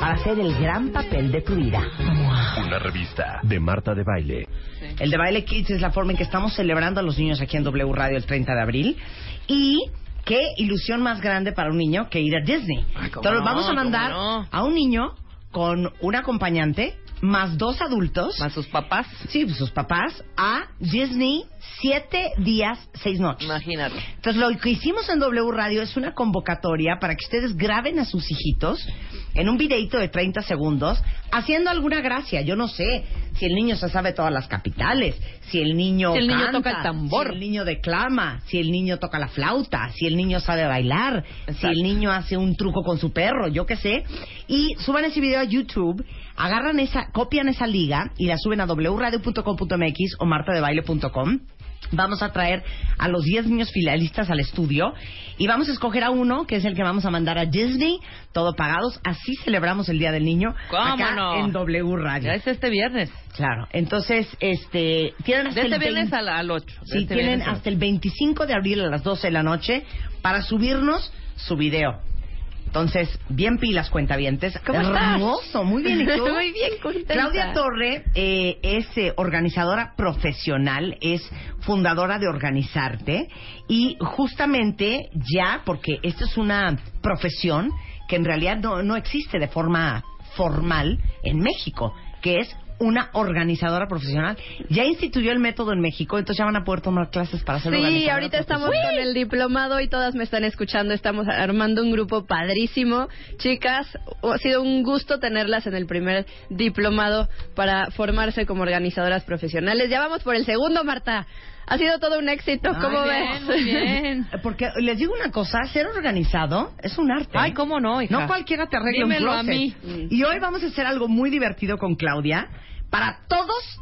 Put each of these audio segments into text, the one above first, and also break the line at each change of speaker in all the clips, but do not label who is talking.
para hacer el gran papel de tu vida.
Una revista de Marta de Baile.
El de Baile Kids es la forma en que estamos celebrando a los niños aquí en W Radio el 30 de abril. Y qué ilusión más grande para un niño que ir a Disney. Entonces
no,
vamos a mandar
cómo no.
a un niño con un acompañante más dos adultos,
Más sus papás.
sí, sus papás, a Disney siete días, seis noches.
Imagínate.
Entonces, lo que hicimos en W Radio es una convocatoria para que ustedes graben a sus hijitos en un videito de 30 segundos haciendo alguna gracia. Yo no sé si el niño se sabe todas las capitales, si el niño.
Si el niño
canta,
toca el tambor.
Si el niño declama, si el niño toca la flauta, si el niño sabe bailar, si
Exacto.
el niño hace un truco con su perro, yo qué sé. Y suban ese video a YouTube, agarran esa, copian esa liga y la suben a wradio.com.mx o martadebaile.com. Vamos a traer a los 10 niños finalistas al estudio y vamos a escoger a uno que es el que vamos a mandar a Disney, todo pagados. Así celebramos el Día del Niño
¿Cómo
acá
no?
en W Radio.
Ya es este viernes.
Claro. Entonces, este, tienen hasta
De este
el
viernes
20
al, al 8.
Sí, tienen hasta el 25 de abril a las 12 de la noche para subirnos su video. Entonces, bien pilas, cuentavientes.
¿Cómo estás?
Hermoso, muy bien. ¿y tú?
Muy bien, contenta.
Claudia Torre eh, es eh, organizadora profesional, es fundadora de Organizarte y justamente ya, porque esto es una profesión que en realidad no, no existe de forma formal en México, que es una organizadora profesional. Ya instituyó el método en México, entonces ya van a poder tomar clases para ser
Sí,
organizadora
ahorita estamos
profesional.
con el diplomado y todas me están escuchando. Estamos armando un grupo padrísimo. Chicas, ha sido un gusto tenerlas en el primer diplomado para formarse como organizadoras profesionales. Ya vamos por el segundo, Marta. Ha sido todo un éxito,
Ay,
¿cómo
bien,
ves?
muy bien.
Porque les digo una cosa, ser organizado es un arte.
Ay, ¿cómo no, hija?
No cualquiera te arregla
Dímelo
un
a
closet.
mí.
Y hoy vamos a hacer algo muy divertido con Claudia para todos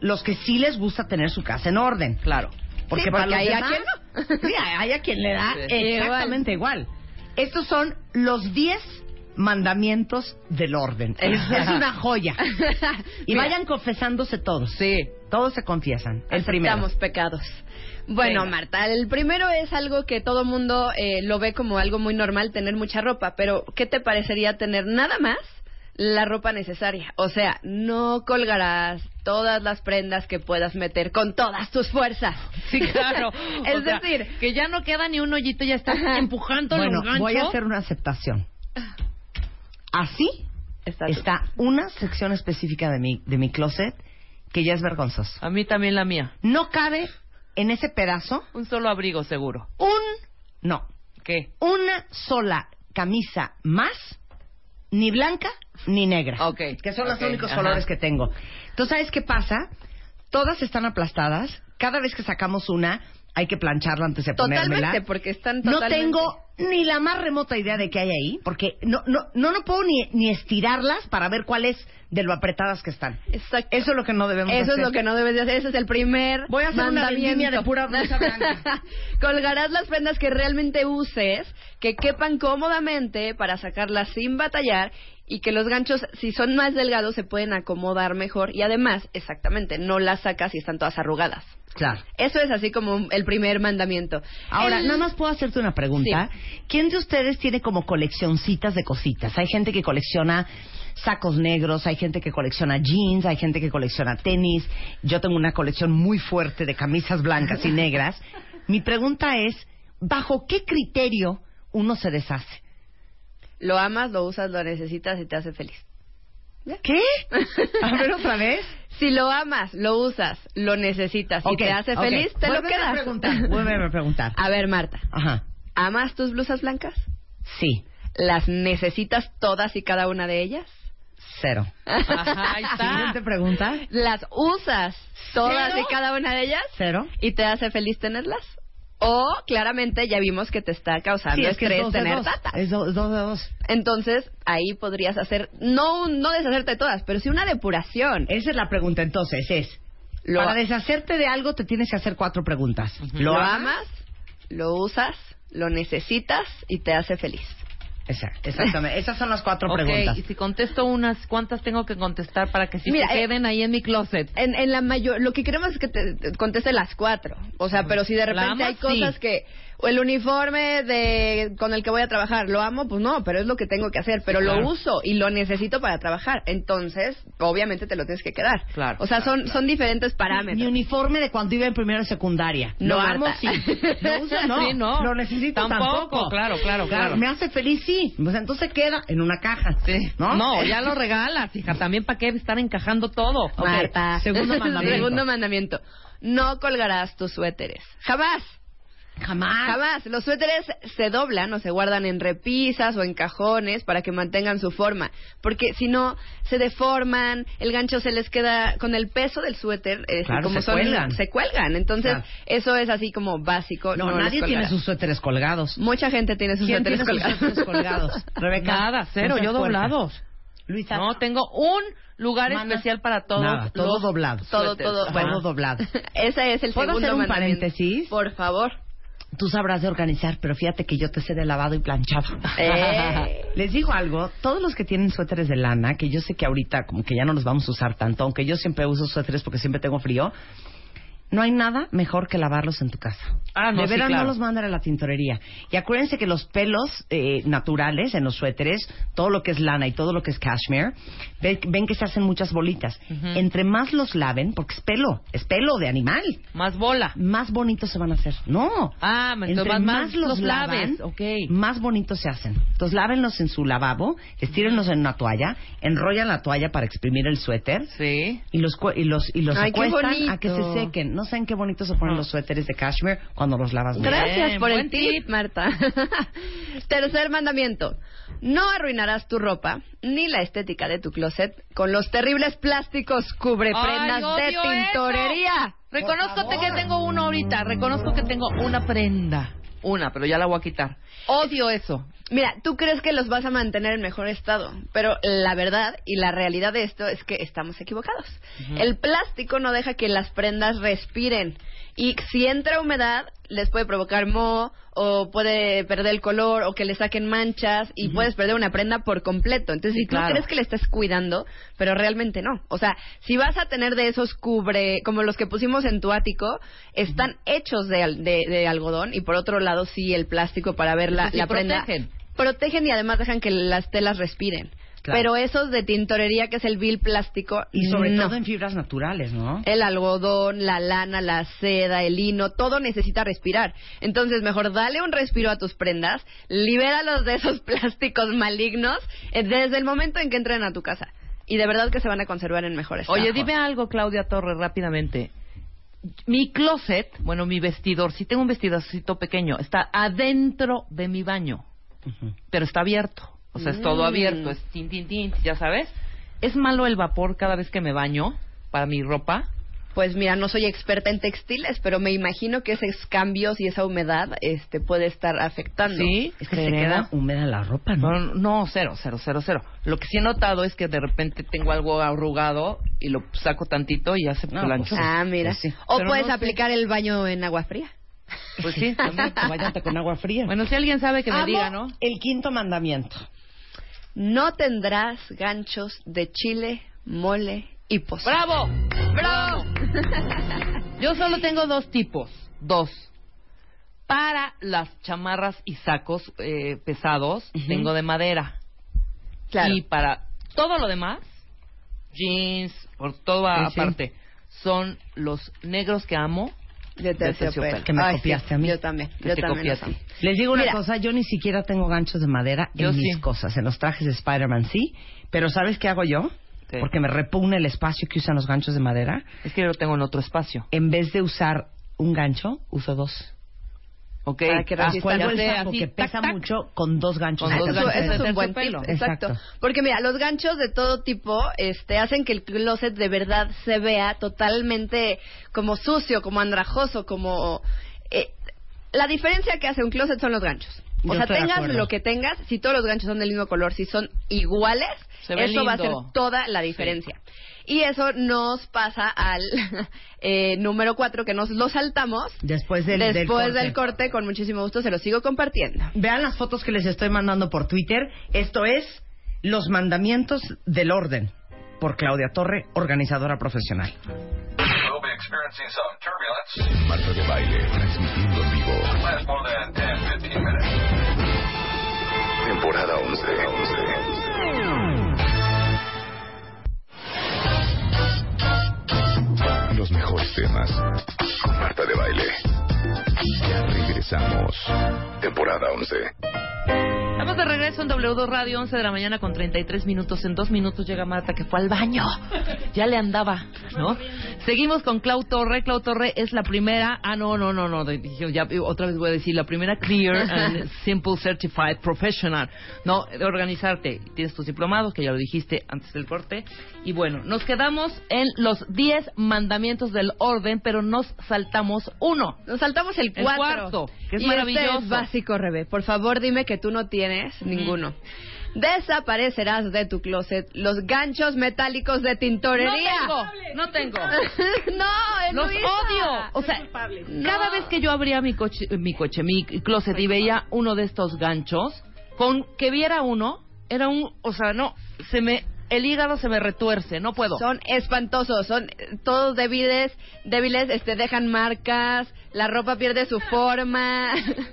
los que sí les gusta tener su casa en orden.
Claro.
Porque,
Sí,
para
porque
los
hay a
demás-
quien no.
Sí, hay a quien le da
Sí.
exactamente igual. Estos son los 10 mandamientos del orden. Es, es una joya. Y
Mira.
vayan confesándose todos.
Sí.
Todos se confiesan. El primero.
Aceptamos pecados. Bueno,
Venga.
Marta, el primero es algo que todo mundo eh, lo ve como algo muy normal, tener mucha ropa, pero ¿qué te parecería tener nada más la ropa necesaria? O sea, no colgarás todas las prendas que puedas meter con todas tus fuerzas.
Sí, claro.
es
O sea,
decir,
que ya no queda ni un hoyito, ya está
Ajá.
empujando
Bueno,
un gancho.
voy a hacer una aceptación. Así
está-
está una sección específica de mi, de mi closet que ya es vergonzosa.
A mí también la mía.
No cabe en ese pedazo
Un solo abrigo, seguro.
un, no,
¿Qué?
una sola camisa más, ni blanca ni negra.
Ok,
Que son los
ok,
únicos
ajá.
colores que tengo. Entonces, ¿sabes qué pasa? Todas están aplastadas. Cada vez que sacamos una, hay que plancharla antes de ponérmela.
totalmente, porque
pues,
están totalmente...
No tengo ni la más remota idea de qué hay ahí, porque no no no, no puedo ni, ni estirarlas para ver cuáles de lo apretadas que están.
Exacto.
Eso es lo que no debemos
Eso
hacer.
es lo que no debes de hacer. Ese es el primer
Voy a hacer una
mandamiento.
vendimia de pura blusa blanca.
Colgarás las prendas que realmente uses, que quepan cómodamente para sacarlas sin batallar y que los ganchos, si son más delgados, se pueden acomodar mejor. Y además, exactamente, no las sacas si están todas arrugadas.
Claro.
Eso es así como un- el primer mandamiento.
Ahora,
El-
nada más puedo hacerte una pregunta. ¿Quién de ustedes tiene como coleccioncitas de cositas? Hay gente que colecciona sacos negros, hay gente que colecciona jeans, hay gente que colecciona tenis. Yo tengo una colección muy fuerte de camisas blancas y negras. Mi pregunta es, ¿bajo qué criterio uno se deshace?
lo amas, lo usas, lo necesitas y te hace feliz. ¿Ya?
¿Qué? A ver otra vez.
Si lo amas, lo usas, lo necesitas y
Ok,
te hace
ok.
feliz, te lo
Vuélveme
quedas.
A preguntar, vuélveme a preguntar.
A ver, Marta,
Ajá.
¿amas tus blusas blancas?
Sí,
¿Las necesitas todas y cada una de ellas?
cero.
Ajá, ahí está.
Siguiente pregunta.
¿Las usas todas
¿Cero?
y cada una de ellas?
Cero.
¿Y te hace feliz tenerlas? O claramente ya vimos que te está causando
es que
estrés
es dos de
tener
dos.
tatas.
Es do- dos de dos.
Entonces, ahí podrías hacer, no, un- no deshacerte de todas, pero sí una depuración.
Esa es la pregunta entonces, es...
Lo-
Para deshacerte de algo te tienes que hacer cuatro preguntas.
Lo amas, lo usas, lo necesitas y te hace feliz.
Exact- exactamente. Esas son las cuatro
Ok,
preguntas.
y si contesto unas, ¿cuántas tengo que contestar para que si
Mira,
se
eh,
queden ahí en mi closet?
En, en la mayor, lo que queremos es que te, te conteste las cuatro. O sea, pero si de
Pues, ¿La
repente
amas?
hay cosas
Sí.
que o el uniforme de con el que voy a trabajar, lo amo, pues no, pero es lo que tengo que hacer, pero lo
claro.
uso y lo necesito para trabajar. Entonces, obviamente te lo tienes que quedar.
Claro,
O sea, son son diferentes
Mi
parámetros.
uniforme de cuando iba en primero de secundaria.
No,
lo amo,
Marta.
sí. Lo uso, no.
Sí, no.
Lo necesito tampoco.
Tampoco, claro, claro, claro.
Me hace feliz, sí. Pues entonces queda en una caja.
Sí.
¿No? Eh,
ya lo regalas, hija. También para qué estar encajando todo.
Ok,
Marta.
segundo mandamiento.
Segundo mandamiento. No colgarás tus suéteres. Jamás.
Jamás.
Jamás. Los suéteres se doblan o se guardan en repisas o en cajones para que mantengan su forma. Porque si no, se deforman, el gancho se les queda con el peso del suéter. eh,
Claro,
como
se
son-
cuelgan.
Se cuelgan. Entonces,
Claro.
eso es así como básico.
No,
los
nadie tiene
colgarás.
sus suéteres colgados.
Mucha gente tiene sus
¿Quién
suéteres
tiene sus
colgados.
suéteres colgados? Rebeca.
Nada, cero.
no seas
Yo
puerca.
doblados.
Luisa.
No, tengo un lugar
Mana.
especial para todos.
Nada, todo
los
doblado.
todo,
suéteres.
todo.
Ajá.
bueno.
Todo doblado.
Ese es el
¿Puedo
segundo
hacer un
mandamiento.
paréntesis?
Por favor.
Tú sabrás de organizar, pero fíjate que yo te sé de lavado y planchado.
Eh.
Les digo algo, todos los que tienen suéteres de lana, que yo sé que ahorita como que ya no los vamos a usar tanto, aunque yo siempre uso suéteres porque siempre tengo frío, no hay nada mejor que lavarlos en tu casa.
Ah, no,
de
sí,
veras
claro.
no los mandan a la tintorería. Y acuérdense que los pelos eh, naturales en los suéteres, todo lo que es lana y todo lo que es cashmere, ve- ven que se hacen muchas bolitas. Entre más los laven, porque es pelo, es pelo de animal,
Más bola.
más bonitos se van a hacer. No.
Ah, me
Entre
tomas más, los
lavan,
laves. Ok.
más bonitos se hacen. Entonces, lávenlos en su lavabo, estírenlos en una toalla, enrollan la toalla para exprimir el suéter
Sí.
y los cue- y los y los
Ay, qué
acuestan a que se
bonito.
sequen. No saben qué bonitos se ponen
Ah.
los suéteres de cashmere cuando los lavas. bien.
Gracias
Bien,
por el
buen
tip,
tip.
Marta. Tercer mandamiento. No arruinarás tu ropa ni la estética de tu closet con los terribles plásticos cubreprenda
Ay, odio
de tintorería.
eso. Reconozco que tengo uno ahorita. Reconozco que tengo una prenda. Una, pero ya la voy a quitar. Odio eso.
Mira, tú crees que los vas a mantener en mejor estado, pero la verdad y la realidad de esto es que estamos equivocados. El plástico no deja que las prendas respiren y si entra humedad les puede provocar moho o puede perder el color o que le saquen manchas y puedes perder una prenda por completo. Entonces, si tú
claro.
crees que le estás cuidando, pero realmente no. O sea, si vas a tener de esos cubre, como los que pusimos en tu ático, están hechos de, al- de- de algodón y por otro lado sí el plástico para ver la,
Pues sí,
la prenda
protegen.
protegen y además dejan que las telas respiren.
Claro.
Pero esos de tintorería, que es el vil plástico,
Y sobre
no.
todo en fibras naturales, ¿no?
Eh,
El algodón, la lana, la seda, el lino, todo necesita respirar. Entonces, mejor dale un respiro a tus prendas, libéralos de esos plásticos malignos eh, desde el momento en que entren a tu casa. Y de verdad que se van a conservar en mejores.
Oye, dime algo, Claudia Torres, rápidamente. Mi closet, bueno, mi vestidor, si tengo un vestidorcito pequeño, está adentro de mi baño,
Ujú.
pero está abierto. O sea, es todo
Mm.
abierto, es tin, tin, tin, ya sabes. ¿Es malo el vapor cada vez que me baño para mi ropa?
Pues mira, no soy experta en textiles, pero me imagino que esos cambios y esa humedad este, puede estar afectando.
Sí, Ah,
Es que se
¿será?
queda húmeda la ropa, ¿no?
No, no, cero, cero, cero, cero. Lo que sí he notado es que de repente tengo algo arrugado y lo saco tantito y ya se
No,
planchó.
pues,
Ah, mira.
Pues sí.
O
Pero
puedes
no sé.
aplicar el baño en agua fría.
Pues sí, también.
Váyate con agua fría.
Bueno, si alguien sabe que me
Amo
diga, ¿no?
El quinto mandamiento.
No tendrás ganchos de chile, mole y pozole.
¡Bravo! ¡Bravo! Yo solo tengo dos tipos. Dos. Para las chamarras y sacos eh, pesados,
Ujú.
tengo de madera.
Claro.
Y para todo lo demás, jeans, por todo
Sí, sí.
aparte, son los negros que amo
de terciopelo.
que me
Ay,
copiaste
sí,
a mí.
Yo también,
Que
yo
te
también.
copias,
los amo.
Les digo una
Mira.
cosa, yo ni siquiera tengo ganchos de madera
Yo
en mis
sí.
cosas, en los trajes de Spider-Man sí, pero ¿sabes qué hago yo?
¿Qué?
Porque me repugna el espacio que usan los ganchos de madera.
Es que yo lo tengo en otro espacio.
En vez de usar un gancho, uso dos.
¿Ok?
Para que
Ah,
resista.
Cuelgo
ya
el
sé,
saco
así,
que
tac,
pesa
tac.
mucho con dos ganchos.
Con
de
dos
Eso,
terciopelo.
ganchos
eso es
de
un buen tip,
terciopelo.
exacto.
Exacto.
Porque mira, los ganchos de todo tipo este, hacen que el closet de verdad se vea totalmente como sucio, como andrajoso, como... eh, la diferencia que hace un closet son los ganchos. O
Yo
sea,
estoy de
tengas
acuerdo.
lo que tengas, si todos los ganchos son del mismo color, si son iguales,
Se ve
eso va a ser
lindo.
toda la diferencia. Y eso nos pasa al eh, número cuatro, que nos lo saltamos.
Después del- del
Después
corte.
del corte, con muchísimo gusto, se lo sigo compartiendo.
Vean las fotos que les estoy mandando por Twitter. Esto es Los Mandamientos del Orden, por Claudia Torre, organizadora profesional.
We'll be experiencing some turbulence. Marta de baile, transmitiendo en vivo. Last more than 10, 15 minutes. Temporada 11. 11. Los mejores temas. Con Marta de baile. Ya regresamos. Temporada 11.
Estamos de regreso en W2 Radio, 11 de la mañana con 33 minutos. En dos minutos llega Marta, que fue al baño. Ya le andaba, ¿no? Seguimos con Clau Torre. Clau Torre es la primera... Ah, no, no, no, no. dije, Ya, otra vez voy a decir la primera Clear and Simple Certified Professional. No, de organizarte. Tienes tus diplomados, que ya lo dijiste antes del corte. Y bueno, nos quedamos en los 10 mandamientos del orden, pero nos saltamos uno.
Nos saltamos el
El
4.
cuarto, que es
y
maravilloso.
Este es básico, Rebe. Por favor, dime que tú no tienes ninguno. Desaparecerás de tu closet los ganchos metálicos de tintorería.
No tengo, no tengo.
no, es
Los
Luisa.
odio. O sea, cada
No.
vez que yo abría mi coche, mi coche, mi closet y veía uno de estos ganchos, con que viera uno, era un, o sea, no, se me, el hígado se me retuerce, no puedo.
Son espantosos, son eh, todos débiles, débiles, este, dejan marcas, la ropa pierde su forma.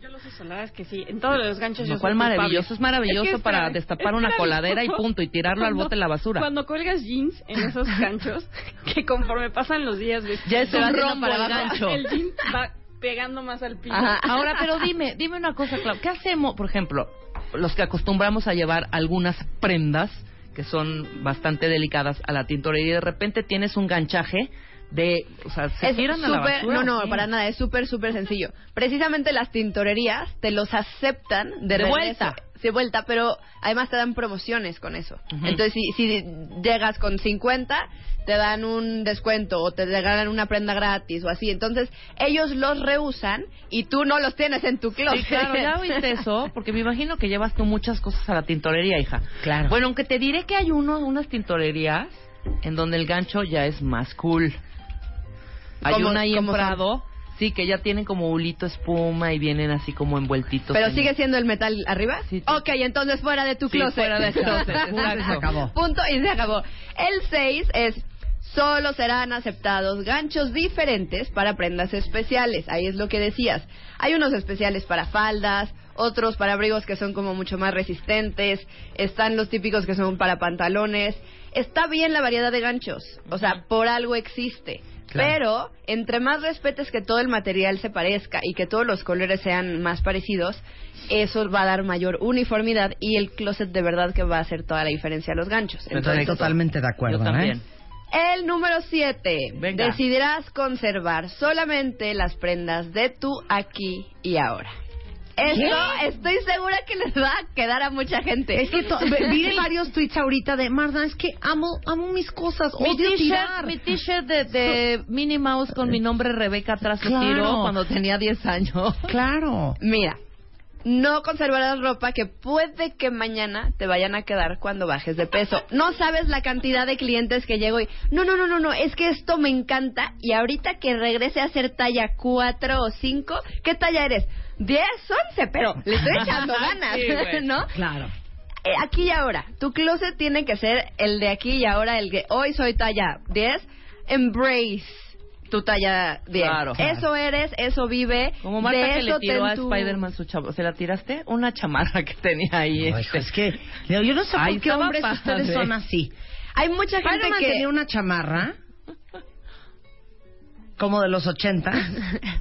Yo los uso, la verdad es que sí. En todos los ganchos
Lo
yo
cual
soy culpable.
maravilloso, es maravilloso
Es que es
para
marav-
destapar
es
una
maravilloso
coladera y punto, y tirarlo al
cuando-
bote en la basura.
Cuando colgas jeans en esos ganchos, que conforme pasan los días, ves,
Ya es
se
un
va haciendo
rombo
para
el
abajo,
gancho.
El jean va pegando más al piso.
Ajá.
Ahora, pero dime, dime una cosa, Clau. ¿Qué hacemos, por ejemplo, los que acostumbramos a llevar algunas prendas que son bastante delicadas a la tintorería y de repente tienes un ganchaje de, o sea, se
Es
tiran a la
súper-
basura,
no, no,
sí.
para nada, es súper, súper sencillo. Precisamente las tintorerías te los aceptan
De
de, regreso.
vuelta.
De vuelta, pero además te dan promociones con eso.
Ujú.
Entonces, si, si llegas con 50, te dan un descuento o te regalan una prenda gratis o así. Entonces, ellos los reusan y tú no los tienes en tu closet.
Sí, claro, ya oíste eso, porque me imagino que llevas tú muchas cosas a la tintorería, hija.
Claro.
Bueno, aunque te diré que hay uno, unas tintorerías en donde el gancho ya es más cool. Hay
¿Cómo-
una ahí en
cómo son?
Prado, sí, que ya tienen como hulito espuma y vienen así como envueltitos.
Pero
en-
sigue siendo el metal arriba.
Sí, sí.
Ok, entonces fuera de tu
Sí,
closet.
fuera de closet, exacto.
Se acabó.
Punto y se acabó. El 6 es solo serán aceptados ganchos diferentes para prendas especiales. Ahí es lo que decías. Hay unos especiales para faldas, otros para abrigos que son como mucho más resistentes, están los típicos que son para pantalones. Está bien la variedad de ganchos, o sea, por algo existe.
Claro.
Pero entre más respetes que todo el material se parezca y que todos los colores sean más parecidos, eso va a dar mayor uniformidad y el closet de verdad que va a hacer toda la diferencia a los ganchos.
Estoy totalmente de acuerdo,
Yo también.
¿eh?
El número 7.
Venga.
Decidirás conservar solamente las prendas de tu aquí y ahora. Esto estoy segura que les va a quedar a mucha gente.
Es que to- ve- vi varios tweets ahorita de Marta, es que amo, amo mis cosas,
Mi
odio
t-shirt,
tirar.
mi t-shirt de, de Minnie Mouse con mi nombre Rebeca atrás lo
Claro.
tiró cuando tenía 10 años.
Claro.
Mira, no conservarás ropa que puede que mañana te vayan a quedar cuando bajes de peso. No sabes la cantidad de clientes que llego y no, no, no, no, no, es que esto me encanta y ahorita que regrese a ser talla 4 o 5, ¿qué talla eres? 10, 11, pero le estoy echando ganas,
Sí, güey.
¿no?
Claro.
Eh, aquí y ahora. Tu closet tiene que ser el de aquí y ahora, el que hoy soy talla 10. Embrace tu talla 10.
Claro.
Eso eres, eso vive.
Como Marta
de
que
eso
le tiró
ten
a
tu-
Spider-Man su chavo. ¿Se la tiraste? Una chamarra que tenía ahí.
No, hijo,
este.
es que yo yo no sé
Ay,
por qué
estaba
hombres
padre.
ustedes son así.
Hay mucha gente
Spider-Man
que
tenía una chamarra como de los 80,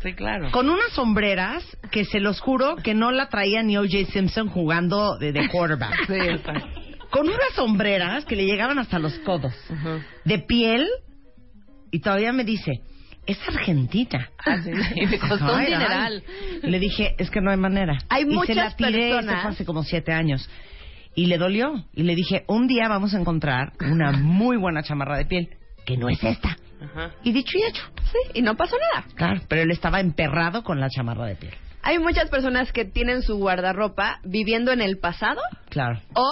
Sí, claro.
con unas sombreras que se los juro que no la traía ni O.J. Simpson jugando de, de quarterback.
Sí, exacto.
Con unas sombreras que le llegaban hasta los codos,
Ajá.
de piel, y todavía me dice, es argentina.
Ah, sí, sí, me costó un
Ay, ay.
dineral.
Le dije, es que no hay manera.
Hay
y se
muchas
la tiré,
personas-
esto fue hace como siete años. Y le dolió. Y le dije, un día vamos a encontrar una muy buena chamarra de piel, que no es esta.
Ajá.
Y dicho y hecho.
Sí, y no pasó nada.
Claro, pero él estaba emperrado con la chamarra de piel.
Hay muchas personas que tienen su guardarropa viviendo en el pasado
Claro.
o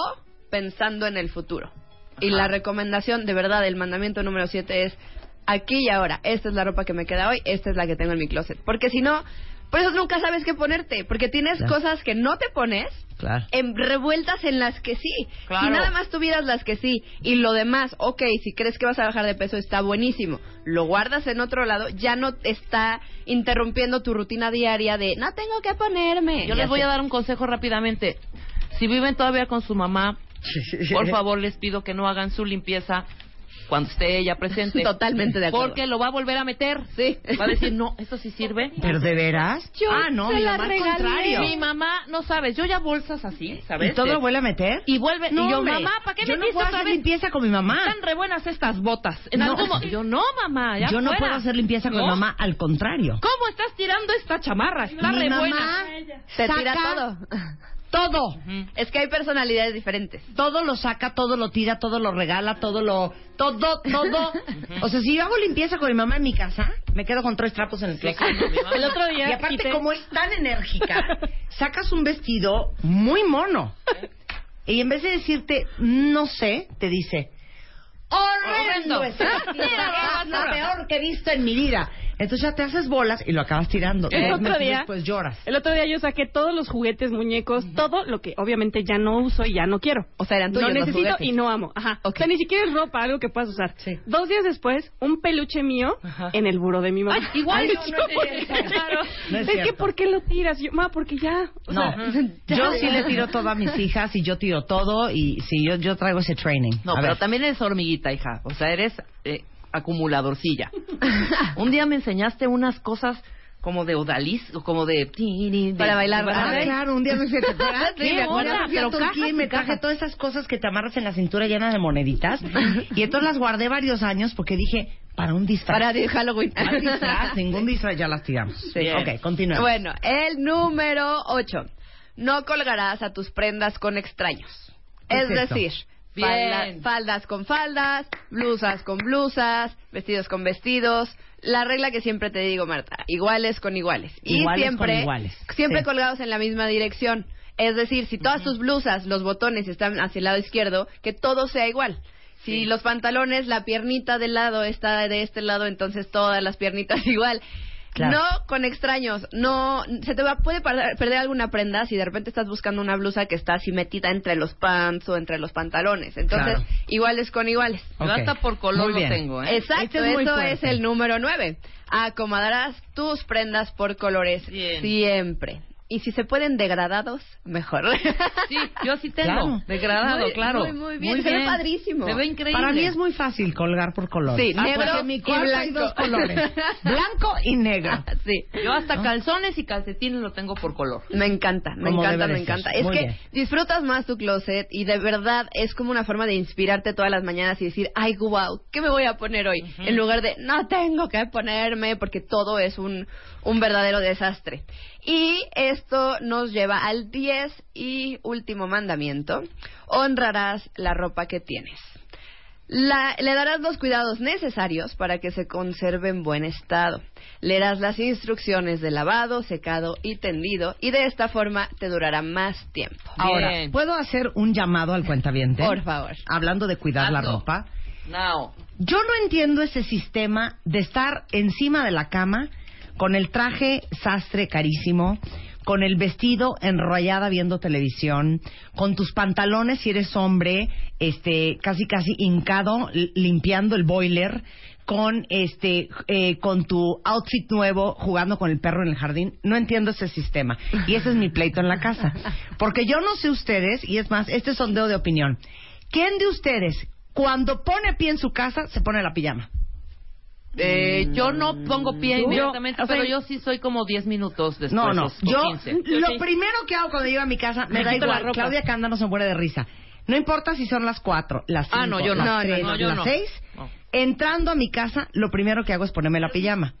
pensando en el futuro. Y la recomendación, de verdad, el mandamiento número 7 es aquí y ahora. Esta es la ropa que me queda hoy, esta es la que tengo en mi closet. Porque si no, por eso nunca sabes qué ponerte. Porque tienes
Claro.
cosas que no te pones
Claro.
en revueltas en las que sí.
Claro.
Si nada más tuvieras las que sí y lo demás, ok, si crees que vas a bajar de peso está buenísimo. Lo guardas en otro lado, ya no te está interrumpiendo tu rutina diaria de no tengo que ponerme.
Yo
Y
les voy
así.
a dar un consejo rápidamente. Si viven todavía con su mamá, por favor les pido que no hagan su limpieza cuando esté ella presente.
Totalmente de acuerdo.
Porque lo va a volver a meter.
Sí.
Va a decir, no, esto sí sirve.
¿Pero de veras?
Yo
ah, no,
se
mi
la
mamá al
regalé.
contrario.
Mi mamá, no sabes, yo ya bolsas así, ¿sabes?
¿Y todo lo vuelve a meter?
Y vuelve,
No,
y yo,
hombre,
mamá, ¿para qué
yo
me
no puedo
otra
hacer
vez?
limpieza con mi mamá.
Están re buenas estas botas. En
No.
algún mo- yo, no, mamá, ya
Yo no
fuera.
puedo hacer limpieza con
No.
mi mamá, al contrario.
¿Cómo estás tirando esta chamarra? Está
Mi
re
mamá
buena.
Te
saca
tira todo.
Todo.
Ujú.
Es que hay personalidades diferentes.
Todo lo saca, todo lo tira, todo lo regala, todo lo... Todo, todo. O sea, si yo hago limpieza con mi mamá en mi casa, me quedo con tres trapos en el closet.
no, mi mamá.
El otro día... Y aparte, como es tan enérgica, sacas un vestido muy mono. Y en vez de decirte, no sé, te dice... ¡Horrendo!
Ah,
Horrendo.
Está tira, Es lo peor que he visto en mi vida. Entonces ya te haces bolas y lo acabas tirando.
El otro día-
Pues lloras.
El otro día yo saqué todos los juguetes, muñecos, todo lo que obviamente ya no uso y ya no quiero.
O sea, eran tuyos
No
los
necesito
juguetes.
y no amo. Ajá. O sea, ni siquiera es ropa, algo que puedas usar.
Sí.
Dos días después, un peluche mío
Ajá.
en el buró de mi mamá.
Ay, igual, no, no
yo-
tenía eso. Claro.
No es
es que,
cierto.
¿por qué lo tiras? Yo, ma, porque ya. o
No,
sea,
yo sí le tiro todo a mis hijas y yo tiro todo y sí, yo, yo traigo ese training.
No,
a
pero
ver,
también eres hormiguita, hija. O sea, eres eh, acumuladorcilla. Un día me enseñaste unas cosas como de odaliz o como de...
Para bailar,
Ah,
¿verdad?
claro, un día me fui a Turquía,
Sí, me acuerdo,
me fui a
pero
Turquía
cajas
y
y
me traje
cajas.
todas esas cosas que te amarras en la cintura llenas de moneditas y entonces las guardé varios años porque dije, para un disfraz.
Para de Halloween.
Para un disfraz, ningún disfraz ya las tiramos.
Bien.
Ok, continúa.
Bueno, el número 8. No colgarás a tus prendas con extraños.
¿Qué es
Es
esto?
decir,
Bien.
falda- faldas con faldas, blusas con blusas, vestidos con vestidos. La regla que siempre te digo, Marta, iguales con iguales. Y
Iguales con
siempre,
iguales,
siempre
sí.
colgados en la misma dirección. Es decir, si todas tus blusas, los botones están hacia el lado izquierdo, que todo sea igual. Si los pantalones, la piernita del lado está de este lado, entonces todas las piernitas igual.
Claro.
No con extraños, no se te va, puede par- perder alguna prenda si de repente estás buscando una blusa que está así metida entre los pants o entre los pantalones. Entonces,
Claro.
iguales con iguales.
Yo
Ok.
hasta por
Muy
color lo
bien.
tengo, ¿eh?
Exacto,
Este es muy
eso
fuerte.
es el número nueve. Acomodarás tus prendas por colores
Bien.
siempre. Y si se pueden degradados, mejor.
Sí, yo sí tengo.
Claro.
Degradado,
Muy-
claro.
muy, muy bien, se ve padrísimo.
Se ve increíble.
Para mí es muy fácil colgar por color.
Sí, negro
mi
y
cuarto hay
blanco.
dos colores. Blanco y negro.
sí.
Ah, Yo hasta calzones y calcetines lo tengo por color.
Me encanta, me
Como
encanta,
debe
me
de ser.
encanta. Es
Muy
que
bien.
disfrutas más tu closet y de verdad es como una forma de inspirarte todas las mañanas y decir, ay, wow, ¿qué me voy a poner hoy? En lugar de, no tengo que ponerme porque todo es un, un verdadero desastre. Y esto nos lleva al 10 y último mandamiento. Honrarás la ropa que tienes. La- le darás los cuidados necesarios para que se conserve en buen estado. Leerás las instrucciones de lavado, secado y tendido y de esta forma te durará más tiempo.
Ahora,
Bien.
¿puedo hacer un llamado al cuentaviente?
Por favor.
Hablando de cuidar la
Hazlo.
ropa.
No.
Yo no entiendo ese sistema de estar encima de la cama con el traje sastre carísimo, con el vestido enrollada viendo televisión, con tus pantalones si eres hombre, este casi casi hincado l- limpiando el boiler, con este eh, con tu outfit nuevo jugando con el perro en el jardín. No entiendo ese sistema y ese es mi pleito en la casa, porque yo no sé ustedes y es más, este es sondeo de opinión. ¿Quién de ustedes cuando pone pie en su casa se pone la pijama?
Mm.
Eh, yo no pongo pie
¿Tú?
inmediatamente,
Yo, o sea,
pero yo sí soy como 10 minutos después.
No, no.
o- o
Yo,
15.
lo primero que hago cuando llego a mi casa, me
Me
da
quito la
igual.
ropa.
Claudia Cándano se muere de risa. No importa si son las 4, las 5,
Ah, no, yo no.
las
No,
3,
no, yo
las
no.
6.
No.
Entrando a mi casa, lo primero que hago es ponerme la pijama.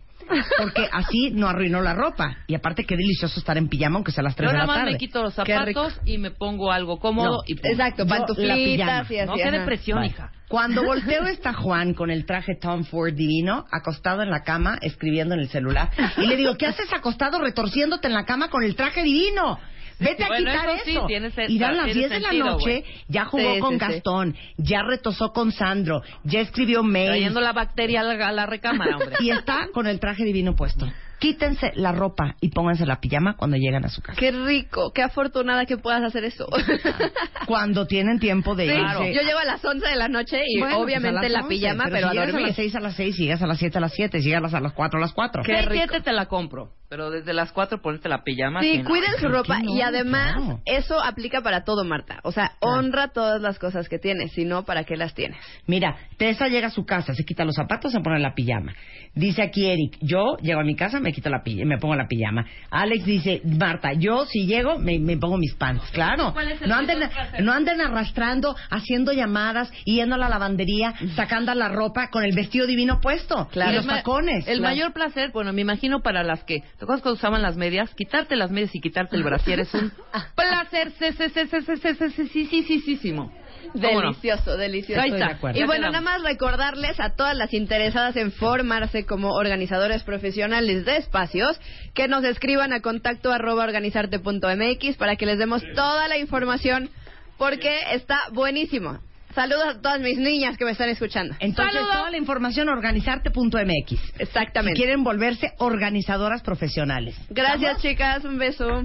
Porque así no arruino la ropa. Y aparte, qué delicioso estar en pijama, aunque sea las 3
Yo
de la
nada
tarde.
más me quito los
Qué rico.
zapatos y me pongo algo cómodo
No,
y punto.
Exacto,
Yo, la
pantuflitas
pijama.
y así.
No, qué
ajá.
depresión,
Vale.
hija.
Cuando volteo está Juan con el traje Tom Ford divino, acostado en la cama, escribiendo en el celular. Y le digo, ¿qué haces acostado retorciéndote en la cama con el traje divino? Vete a
Bueno,
quitar
eso sí,
eso.
tiene sen-
y dan las
tiene
10 de la
sentido,
noche,
güey.
ya jugó
Sí,
con
sí, sí.
Gastón, ya retosó con Sandro, ya escribió mail
Trayendo la bacteria a la, a la recámara, hombre.
y está con el traje divino puesto. Quítense la ropa y pónganse la pijama cuando llegan a su casa.
Qué rico, qué afortunada que puedas hacer eso.
Cuando tienen tiempo de
Sí,
irse
Yo llego a las 11 de la noche y
Bueno, pues
obviamente
a las
la
11,
pijama, pero,
si
a
llegas
dormir.
a las 6 a las 6, si llegas a las 7 a las 7, si llegas a las 4 a las 4.
Qué
Seis,
rico.
siete te la compro, pero desde las 4 ponerte la pijama.
Sí,
que no.
cuiden
¿por
su
qué
ropa
no?
y además
Claro.
eso aplica para todo, Marta. O sea, honra todas las cosas que tienes, si no, ¿para qué las tienes?
Mira, Tessa llega a su casa, se quita los zapatos, se pone la pijama. Dice aquí Eric, yo llego a mi casa, me quito la pi- me pongo la pijama. Alex dice, Marta, yo si llego me, me pongo mis pants. Claro.
¿Cuál es el
No anden,
mejor placer?
no anden arrastrando, haciendo llamadas, yendo a la lavandería, sacando la ropa con el vestido divino puesto
Claro.
y los
El ma-
tacones.
El
Claro.
mayor placer, bueno, me imagino para las que, ¿te acuerdas cuando usaban las medias? Quitarte las medias y quitarte el brasier es un placer, sí, sí, sí, sí, sí, sí, sí, sí, sí, sí, sí, sí, mo. ¿Cómo no?
Delicioso, delicioso.
Ah, Ahí está.
Y
Ya
bueno,
quedamos.
nada más recordarles a todas las interesadas en formarse como organizadores profesionales de espacios que nos escriban a contacto arroba organizarte.mx para que les demos toda la información porque está buenísimo. Saludos a todas mis niñas que me están escuchando.
Entonces, toda la información organizarte.mx. Si
Exactamente.
quieren volverse organizadoras profesionales.
Gracias, chicas. Un beso.